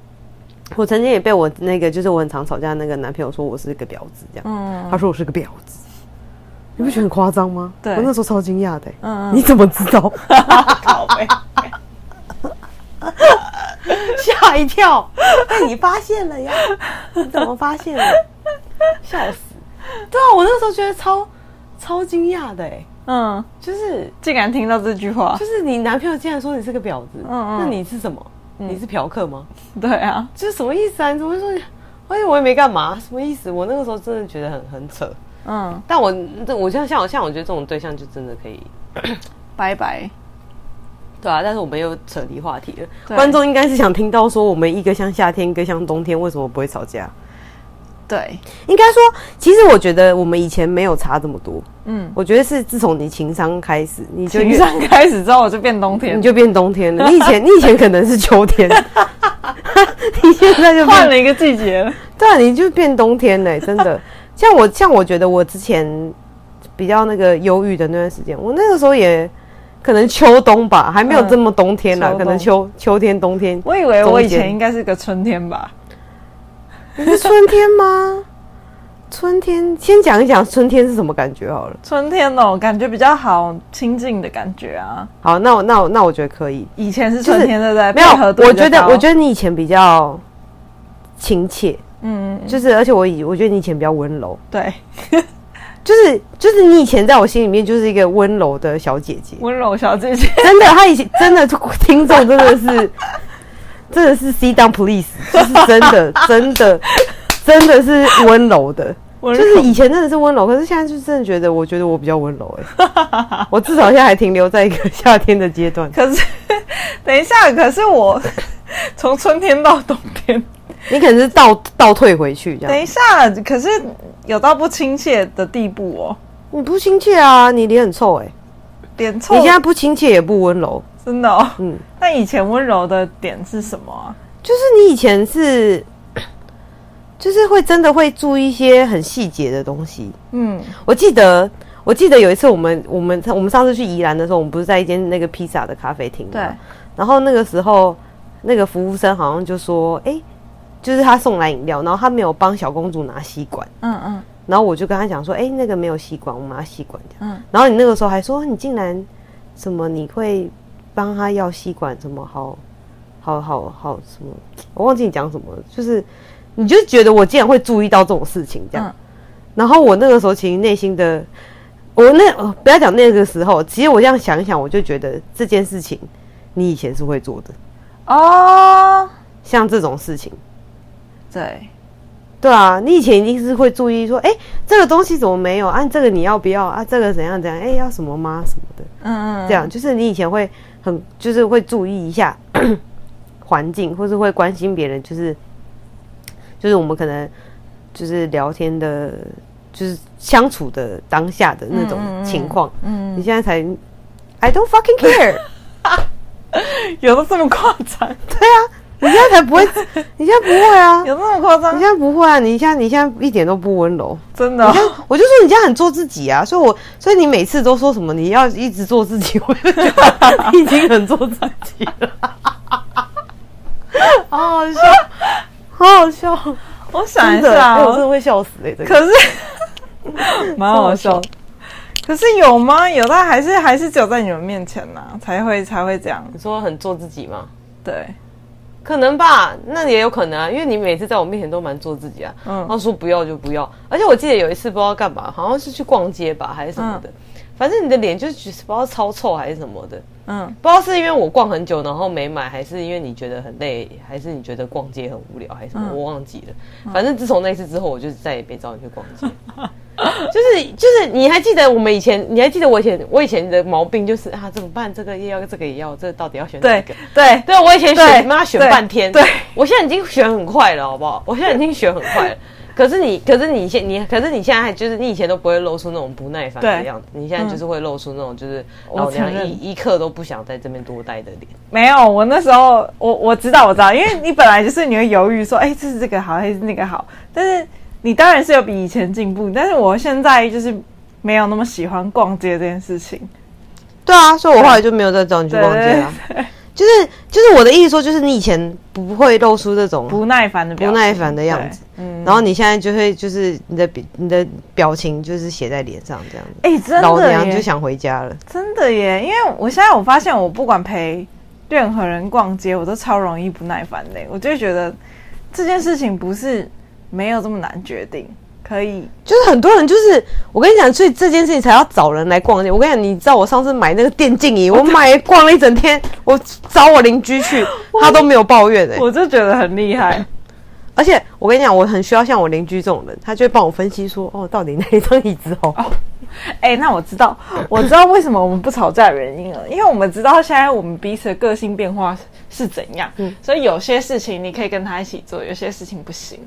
C: 我曾经也被我那个就是我很常吵架的那个男朋友说我是个婊子这样，
A: 嗯
C: 他说我是个婊子，你不觉得很夸张吗？
A: 对
C: 我那时候超惊讶的欸、
A: 嗯
C: 你怎么知道？
A: 靠背，
C: 吓一 跳，被你发现了呀？你怎么发现的？笑死！对啊，我那时候觉得超超惊讶的、欸，
A: 嗯，
C: 就是
A: 竟然听到这句话
C: 就，是你男朋友竟然说你是个婊子，
A: 啊嗯
C: 那你是什么？你是嫖客吗？
A: 对啊，
C: 这是什么意思啊？你怎么会说你？而且我也没干嘛，什么意思？我那个时候真的觉得很很扯。
A: 嗯，
C: 但我这我像像我像我觉得这种对象就真的可以，
A: 拜拜，
C: 对啊。但是我们又扯离话题了，
A: 对
C: 观众应该是想听到说我们一个像夏天，一个像冬天，为什么不会吵架？
A: 对，
C: 应该说，其实我觉得我们以前没有差这么多。
A: 嗯，
C: 我觉得是自从你情商开始，你就
A: 情
C: 越
A: 商开始之后我就变冬天
C: 你，就变冬天了。你以前你以前可能是秋天， 你现在就
A: 换
C: 变
A: 了一个季节了，
C: 对啊，你就变冬天了，真的。像我像我觉得我之前比较那个忧郁的那段时间，我那个时候也可能秋冬吧，还没有
A: 嗯
C: 这么冬天啦，
A: 秋冬
C: 可能秋秋天冬天。
A: 我以为我以
C: 中间
A: 前应该是个春天吧，
C: 你是春天吗？春天，先讲一讲春天是什么感觉好了。
A: 春天哦，感觉比较好亲近的感觉啊。
C: 好，那我那我那我觉得可以。
A: 以前是春天，对不对？
C: 没有
A: 配合，度
C: 我
A: 比较
C: 觉得
A: 高
C: 我觉得你以前比较亲切，
A: 嗯，
C: 就是而且我以我觉得你以前比较温柔，
A: 对，
C: 就是就是你以前在我心里面就是一个温柔的小姐姐，
A: 温柔小姐 姐，
C: 真的，她以前真的听众真的是 真的是 sit down please，就是真的真的真的是温柔的。
A: 温
C: 就是
A: 柔
C: 以前真的是温柔，可是现在就真的觉得，我觉得我比较温柔哎、我至少现在还停留在一个夏天的阶段。
A: 可是 等一下，可是我 从春天到冬天，
C: 你可能是倒倒退回去这
A: 等
C: 样，
A: 一下，可是有到不亲切的地步哦，
C: 你不亲切啊，你脸很臭哎、
A: 脸臭
C: 你，现在不亲切也不温柔，
A: 真的哦。
C: 嗯，
A: 那以前温柔的点是什么啊？
C: 就是你以前是， 就是会真的会注意一些很细节的东西。
A: 嗯，
C: 我记得，我记得有一次我们我们我们上次去宜兰的时候，我们不是在一间那个披萨的咖啡厅吗
A: 对，
C: 然后那个时候那个服务生好像就说，哎、就是他送来饮料，然后他没有帮小公主拿吸管，
A: 嗯嗯
C: 然后我就跟他讲说，哎、那个没有吸管，我们要吸管这样。
A: 嗯，
C: 然后你那个时候还说，你竟然什么你会帮他要吸管，什么好好好好什么，我忘记你讲什么了，就是你就觉得我竟然会注意到这种事情这样。
A: 嗯
C: 然后我那个时候其实内心的，我那、呃不要讲那个时候，其实我这样想一想，我就觉得这件事情你以前是会做的，
A: 哦，
C: 像这种事情。
A: 对，
C: 对啊，你以前一定是会注意说，哎、这个东西怎么没有啊？这个你要不要啊？这个怎样怎样？哎、要什么吗？什么的，
A: 嗯嗯，
C: 这样就是你以前会很就是会注意一下 环境，或是会关心别人，就是就是我们可能就是聊天的，就是相处的当下的那种情况。
A: 嗯，
C: 你现在才，I don't fucking care，
A: 有的这么夸张，
C: 啊你现在才不会，你现在不会 啊，
A: 有这么夸
C: 你
A: 张
C: 现，在不会啊，你现在你现在一点都不温柔。
A: 真的哦、
C: 我就说你这样很做自己啊，所以我所以你每次都说什么你要一直做自己， 我就觉得你已经很做自己了， 好好笑，好好笑，
A: 我想一
C: 真的，
A: 下
C: 哎
A: 哦，
C: 我真的会笑死哎、欸，这个
A: 可是 蛮好笑的。可是有吗？有，但还是还是只有在你们面前呐、才会才会这样。
C: 你说很做自己吗？
A: 对，
C: 可能吧，那也有可能啊，因为你每次在我面前都蛮做自己啊。嗯，然后说不要就不要，而且我记得有一次不知道干嘛，好像是去逛街吧还是什么的，反正你的脸就是不知道超臭还是什么的，
A: 嗯，
C: 不知道是因为我逛很久然后没买，还是因为你觉得很累，还是你觉得逛街很无聊，还是什么，我忘记了。反正自从那次之后，我就再也没找你去逛街。 就是就是，你还记得我们以前？你还记得我以前我以前的毛病就是啊，怎么办？这个也要，这个也要，这个到底要选哪一
A: 对
C: 个？
A: 对，
C: 对，我以前
A: 对
C: 选妈选半天，
A: 对对
C: 我现在已经选很快了，好不好？我现在已经选很 快了。可是你，可是你现你，可是你现在还就是你以前都不会露出那种不耐烦的
A: 对嗯
C: 样子，你现在就是会露出那种就是
A: 我
C: 老娘
A: 承认
C: 一一刻都不想在这边多待的脸。
A: 没有。我那时候，我我知道，我知道，因为你本来就是你会犹豫说，哎、这是这个好还是那个好？但是你当然是有比以前进步，但是我现在就是没有那么喜欢逛街这件事情。
C: 对啊，所以我后来就没有再找你去
A: 对
C: 逛街
A: 对
C: 了。就是就是我的意思说，就是你以前不会露出这种
A: 不耐烦的表
C: 不
A: 情，
C: 耐烦的样子，
A: 对。嗯，
C: 然后你现在就会就是你的比你的表情就是写在脸上这样子，
A: 哎、真
C: 老
A: 的
C: 娘
A: 耶
C: 就想回家了。
A: 真的耶，因为我现在我发现，我不管陪任何人逛街，我都超容易不耐烦的。我就会觉得这件事情不是没有这么难决定，可以
C: 就是很多人就是我跟你讲，所以这件事情才要找人来逛街。我跟你讲，你知道我上次买那个电竞椅，我买逛了一整天，我找我邻居去，他都没有抱怨哎、
A: 我就觉得很厉害。
C: 而且我跟你讲，我很需要像我邻居这种人，他就会帮我分析说，哦，到底哪一张椅子好？
A: 哎、那我知道，我知道为什么我们不吵架的原因了，因为我们知道现在我们彼此的个性变化是怎样，
C: 嗯
A: 所以有些事情你可以跟他一起做，有些事情不行。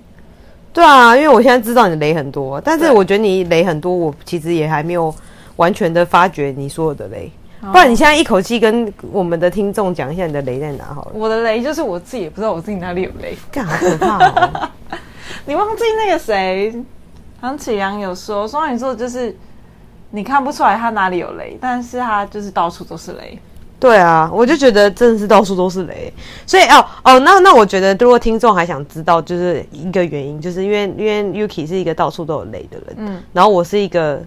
C: 对啊，因为我现在知道你雷很多，但是我觉得你雷很多，我其实也还没有完全的发觉你所有的雷。不然你现在一口气跟我们的听众讲一下你的雷在哪好了，
A: 我的雷就是我自己也不知道我自己哪里有雷。
C: 干好可怕哦！
A: 你忘记那个谁，唐启阳有说双鱼座就是你看不出来他哪里有雷，但是他就是到处都是雷。
C: 对啊，我就觉得真的是到处都是雷，所以哦哦，那那我觉得如果听众还想知道，就是一个原因，就是因为因为 Yuki 是一个到处都有雷的人，嗯，然后我是一个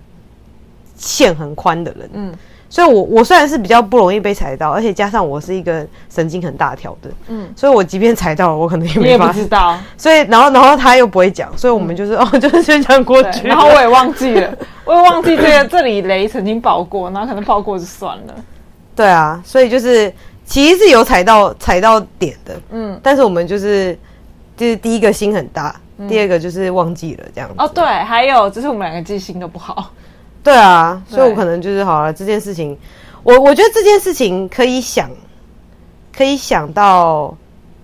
C: 线很宽的人，嗯，所以我我虽然是比较不容易被踩到，而且加上我是一个神经很大条的，嗯，所以我即便踩到了，我可能也
A: 你也 不
C: 没发
A: 知
C: 现，
A: 道，
C: 所以然后然后他又不会讲，所以我们就是、哦，就是先讲过
A: 对
C: 去，
A: 然后我也忘记了，我也忘记这个这里雷曾经爆过，然后可能爆过就算了。
C: 对啊，所以就是其实是有踩到踩到点的，
A: 嗯，
C: 但是我们就是就是第一个心很大，第二个就是忘记了这样子。
A: 哦，对，还有就是我们两个记性都不好，
C: 对啊，所以我
A: 对
C: 可能就是好了这件事情，我我觉得这件事情可以想，可以想到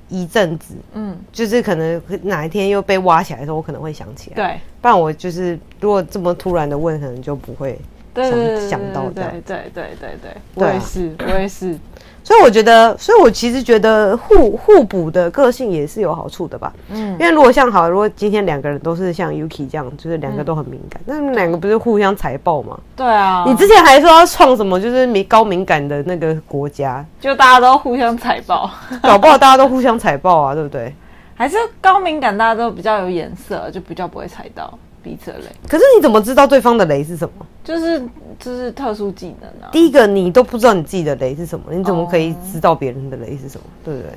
C: 一阵子，
A: 嗯，
C: 就是可能哪一天又被挖起来的时候，我可能会想起 来。，
A: 对，
C: 不然我就是如果这么突然的问，可能就不会。
A: 对
C: 想
A: 对对
C: 想到这
A: 对
C: 样
A: 对对对对对，我
C: 对啊
A: 也是，我也是，
C: 所以我觉得，所以我其实觉得互互补的个性也是有好处的吧。嗯，因为如果像好，如果今天两个人都是像 Yuki 这样，就是两个都很敏感，那你们两个不是互相踩爆吗？
A: 对啊，
C: 你之前还说要创什么就是敏高敏感的那个国 家，
A: 就大家都互相踩爆，
C: 搞不好大家都互相踩爆啊，对不对？
A: 还是高敏感，大家都比较有眼色，就比较不会踩到彼此的雷，
C: 可是你怎么知道对方的雷是什么？
A: 就是就是特殊技能啊。
C: 第一个，你都不知道你自己的雷是什么，你怎么
A: 哦
C: 可以知道别人的雷是什么？对不对？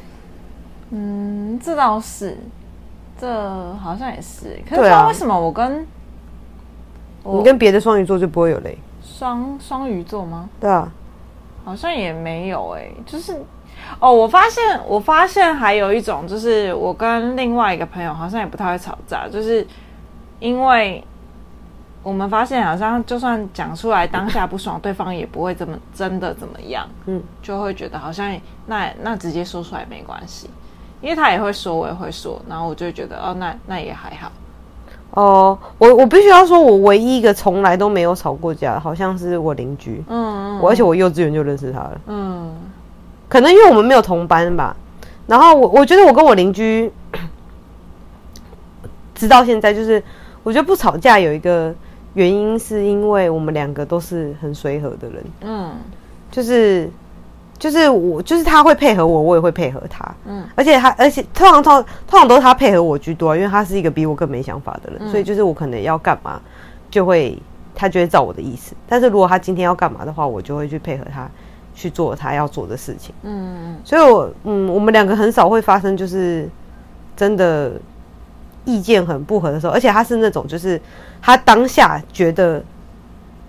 A: 嗯，这倒是，这好像也是欸。可是不
C: 对啊
A: 知道为什么我跟
C: 你
A: 我
C: 跟别的双鱼座就不会有雷，
A: 双双鱼座吗？
C: 对啊，
A: 好像也没有哎、就是哦，我发现我发现还有一种，就是我跟另外一个朋友好像也不太会吵架，就是因为我们发现好像就算讲出来当下不爽，对方也不会怎么真的怎么样，
C: 嗯
A: 嗯，就会觉得好像那那直接说出来没关系，因为他也会说，我也会说，然后我就会觉得哦，那那也还好，
C: 哦，我我必须要说，我唯一一个从来都没有吵过架，好像是我邻居，
A: 嗯
C: 我而且我幼稚园就认识他了，
A: 嗯
C: 可能因为我们没有同班吧。然后我我觉得我跟我邻居，直到现在就是，我觉得不吵架有一个原因，是因为我们两个都是很随和的人，
A: 嗯
C: 就是就是我就是他会配合我，我也会配合他，嗯
A: 嗯，
C: 而且他而且通常通常通常都是他配合我居多啊，因为他是一个比我更没想法的人，所以就是我可能要干嘛就会他就会照我的意思，但是如果他今天要干嘛的话，我就会去配合他去做他要做的事情，
A: 嗯
C: 所以我嗯，我们两个很少会发生就是真的意见很不合的时候，而且他是那种就是他当下觉得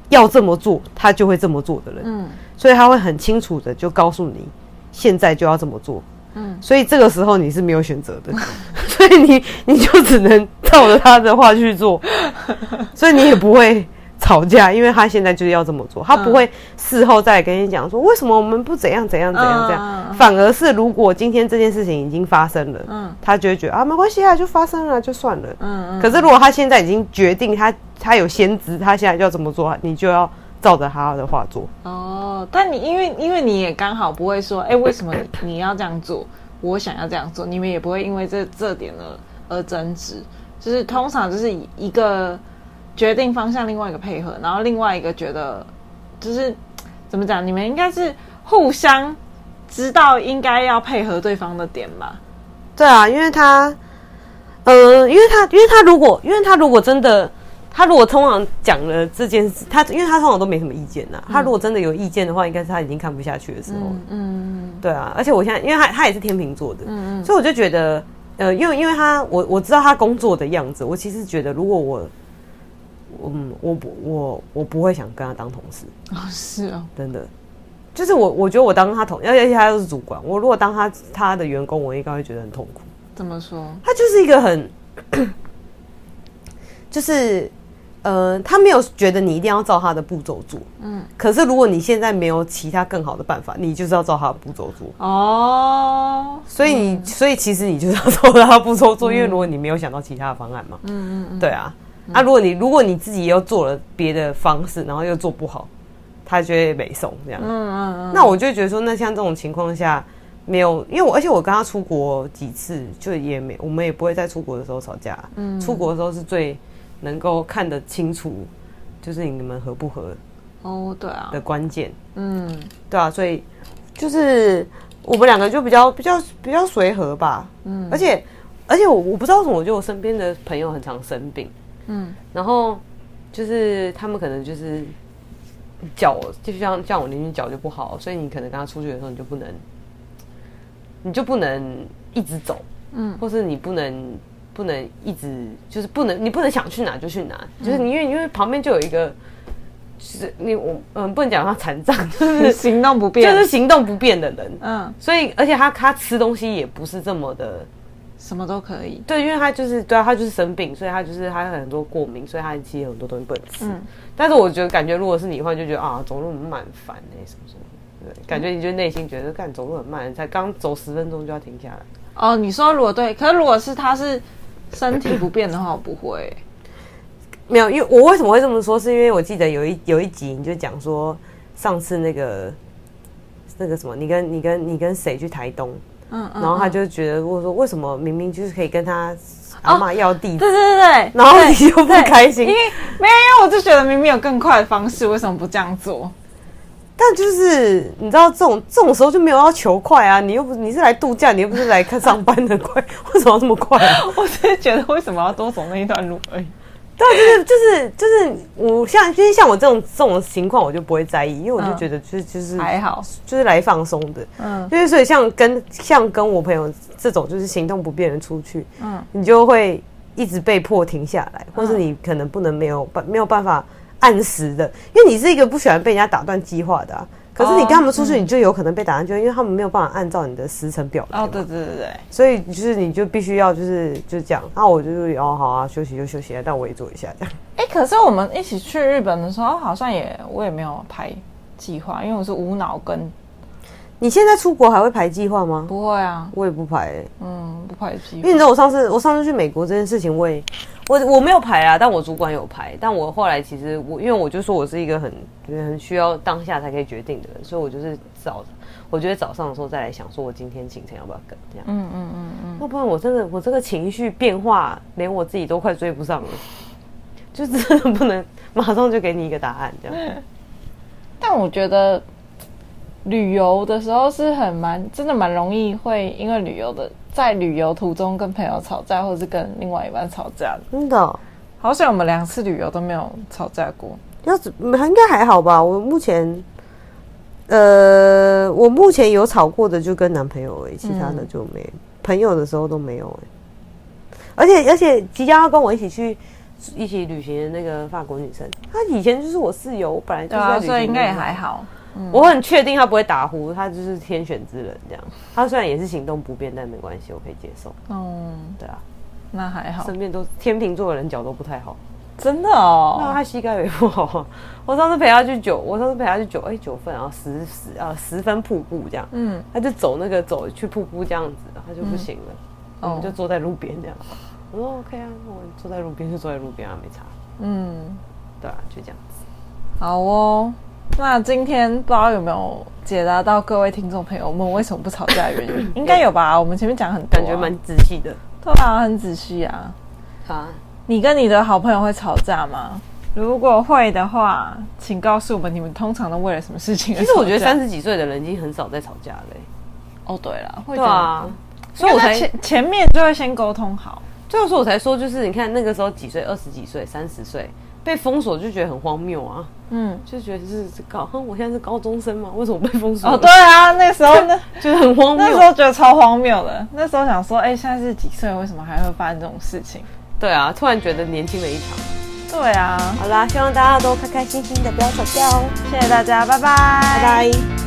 C: 要这么做，他就会这么做的人，
A: 嗯
C: 所以他会很清楚的就告诉你，现在就要这么做。嗯
A: 嗯，
C: 所以这个时候你是没有选择的， 所以你你就只能照着他的话去做，所以你也不会吵架，因为他现在就是要这么做，他不会事后再来跟你讲说为什么我们不怎样怎样怎样怎样，
A: 嗯嗯嗯
C: 反而是如果今天这件事情已经发生了，
A: 嗯
C: 他就会觉得啊没关系啊，就发生了就算了。
A: 嗯嗯，
C: 可是如果他现在已经决定他他有先知，他现在就要这么做，你就要照着他的话做。
A: 哦，但你因为因为你也刚好不会说，哎、为什么你你要这样做，我想要这样做，你们也不会因为这这点而而争执，就是通常就是以一个决定方向，另外一个配合，然后另外一个觉得就是怎么讲，你们应该是互相知道应该要配合对方的点吧？
C: 对啊，因为他，呃，因为他，因为他如果，因为他如果真的，他如果通常讲了这件事，他因为他通常都没什么意见呐、他如果真的有意见的话，应该是他已经看不下去的时候了。
A: 嗯
C: 对啊，而且我现在，因为他他也是天秤座的，所以我就觉得，呃，因为因为他，我我知道他工作的样子，我其实觉得如果我，嗯，我不我我不会想跟他当同事。
A: 哦，是哦，
C: 真的，就是我我觉得我当他同，而且他又是主管，我如果当他他的员工，我应该会觉得很痛苦。
A: 怎么说？
C: 他就是一个很， 就是呃，他没有觉得你一定要照他的步骤做，嗯。可是如果你现在没有其他更好的办法，你就是要照他的步骤做。
A: 哦，
C: 所以你，所以其实你就是要照他的步骤做，因为如果你没有想到其他的方案嘛，嗯嗯嗯对啊。啊，如果你如果你自己又做了别的方式，然后又做不好，他就会北送这样。
A: 嗯嗯嗯，
C: 那我就会觉得说，那像这种情况下，没有，因为我而且我跟他出国几次，就也没，我们也不会在出国的时候吵架。嗯，出国的时候是最能够看得清楚，就是你们合不合
A: 哦，对啊
C: 的，关键。
A: 嗯
C: 对啊，所以就是我们两个就比较比较比较随和吧，嗯，而且而且我我不知道为什么，我觉得我身边的朋友很常生病，嗯，然后就是他们可能就是脚，就像像我邻居脚就不好，所以你可能跟他出去的时候，你就不能，你就不能一直走，嗯，或是你不能不能一直就是不能你不能想去哪就去哪，就是你因为因为旁边就有一个。就是你我嗯不能讲他残障， 就是
A: 行动不
C: 就
A: 便，
C: 是行动不便的人，
A: 嗯，
C: 所以而且他他吃东西也不是这么的，
A: 什么都可以，
C: 对，因为他就是对啊，他就是生病，所以他就是他很多过敏，所以他其实很多东西不能吃。但是我觉得感觉如果是你的话，就觉得啊走路很蛮烦哎、什么什么的，对，感觉你就内心觉得干走路很慢，才刚走十分钟就要停下来。
A: 哦，你说如果对，可是如果是他是身体不便的话，我不会。
C: 没有，因为我为什么会这么说，是因为我记得有一有一集你就讲说，上次那个那个什么，你跟你跟你跟谁去台东，
A: 嗯嗯，
C: 然后他就觉得我说为什么明明就是可以跟他阿妈要地址，
A: 对对对对，
C: 然后你就不开心
A: 因，为没有，因为我就觉得明明有更快的方式，为什么不这样做？
C: 但就是你知道这种这种时候就没有要求快啊，你又不你是来度假，你又不是来看上班的快，为什么要这么快啊？
A: 我只是觉得为什么要多走那一段路而已。
C: 对啊，就是就是就是我像就是像我这种这种情况，我就不会在意，因为我就觉得就是就是
A: 还好，
C: 就是来放松的，嗯
A: 哎嗯，
C: 就是所以像跟像跟我朋友这种就是行动不便的人出去，嗯
A: 嗯，
C: 你就会一直被迫停下来，或是你可能不能没有办没有办法按时的，因为你是一个不喜欢被人家打断计划的、啊，可是你跟他们出
A: 哦嗯
C: 去，你就有可能被打断计划，因为他们没有办法按照你的时程表来嘛
A: 哦，对对对对，
C: 所以就是你就必须要就是就这样，那我就是哦好啊，休息就休息啊，但我也做一下这样，
A: 哎，可是我们一起去日本的时候，好像也我也没有排计划，因为我是无脑跟，
C: 你现在出国还会排计划吗？
A: 不会啊，
C: 我也不排、欸。
A: 嗯，不排计
C: 因为你知道我上次我上次去美国这件事情，我也我我没有排啦，但我主管有排。但我后来其实我因为我就说我是一个很就是很需要当下才可以决定的人，所以我就是早我觉得早上的时候再来想说我今天行程要不要跟这样。嗯嗯嗯嗯。要不然我真的我这个情绪变化连我自己都快追不上了，就 真的不能马上就给你一个答案这样。
A: 但我觉得旅游的时候是很蛮，真的蛮容易会因为旅游的，在旅游途中跟朋友吵架，或是跟另外一半吵架的。
C: 真的哦、
A: 好险我们两次旅游都没有吵架过。
C: 要怎应该还好吧？我目前，呃，我目前有吵过的就跟男朋友而已，其他的就没、朋友的时候都没有哎、而且而且，即将要跟我一起去一起旅行的那个法国女生，她以前就是我室友，我本来就
A: 对
C: 是在
A: 啊，
C: 旅行
A: 所以应该也
C: 路上
A: 还。嗯好。
C: 我很确定她不会打呼，她就是天选之人这样。她虽然也是行动不便，但没关系，我可以接受。
A: 嗯，
C: 对啊，
A: 那还好。
C: 身边都天秤座的人脚都不太好。
A: 真的
C: 那
A: 哦，
C: 他膝盖也不好。我上次陪他去九，我上次陪他去九，哎、九份然后十十啊十分瀑布这样，
A: 嗯，
C: 他就走那个走去瀑布这样子，他就不行了，我们
A: 哦
C: 就坐在路边这样。我说 OK 啊，我坐在路边就坐在路边啊，没差。
A: 嗯，
C: 对啊，就这样子。
A: 好哦。那今天不知道有没有解答到各位听众朋友我们为什么不吵架的原 因？应该有吧？我们前面讲很多啊、
C: 感觉蛮仔细的。
A: 对啊，很仔细啊。
C: 啊，
A: 你跟你的好朋友会吵架吗？如果会的话，请告诉我们你们通常都为了什么事情而吵
C: 其
A: 架？
C: 实我觉得三十几岁的人已经很少在吵架了、欸
A: 哦，对了，会
C: 对啊，
A: 所
C: 所以
A: 以
C: 我
A: 我
C: 才
A: 才，前前面就会先沟通好。
C: 所以说我才说，就是你看那个时候几岁，二十几岁、三十岁被封锁就觉得很荒谬啊。
A: 嗯，
C: 就觉得是是高，哼我现在是高中生吗？为什么被封锁？
A: 哦，对，啊，那时候 那
C: 觉得很荒
A: 那时
C: 谬。
A: 候觉得超荒谬的。那时候想说，哎、现在是几岁，为什么还会发生这种事情？
C: 对啊，突然觉得年轻了一场。
A: 对啊，
C: 好啦，希望大家都开开心心的，不要吵架哦。
A: 谢谢大家，拜拜，拜
C: 拜拜。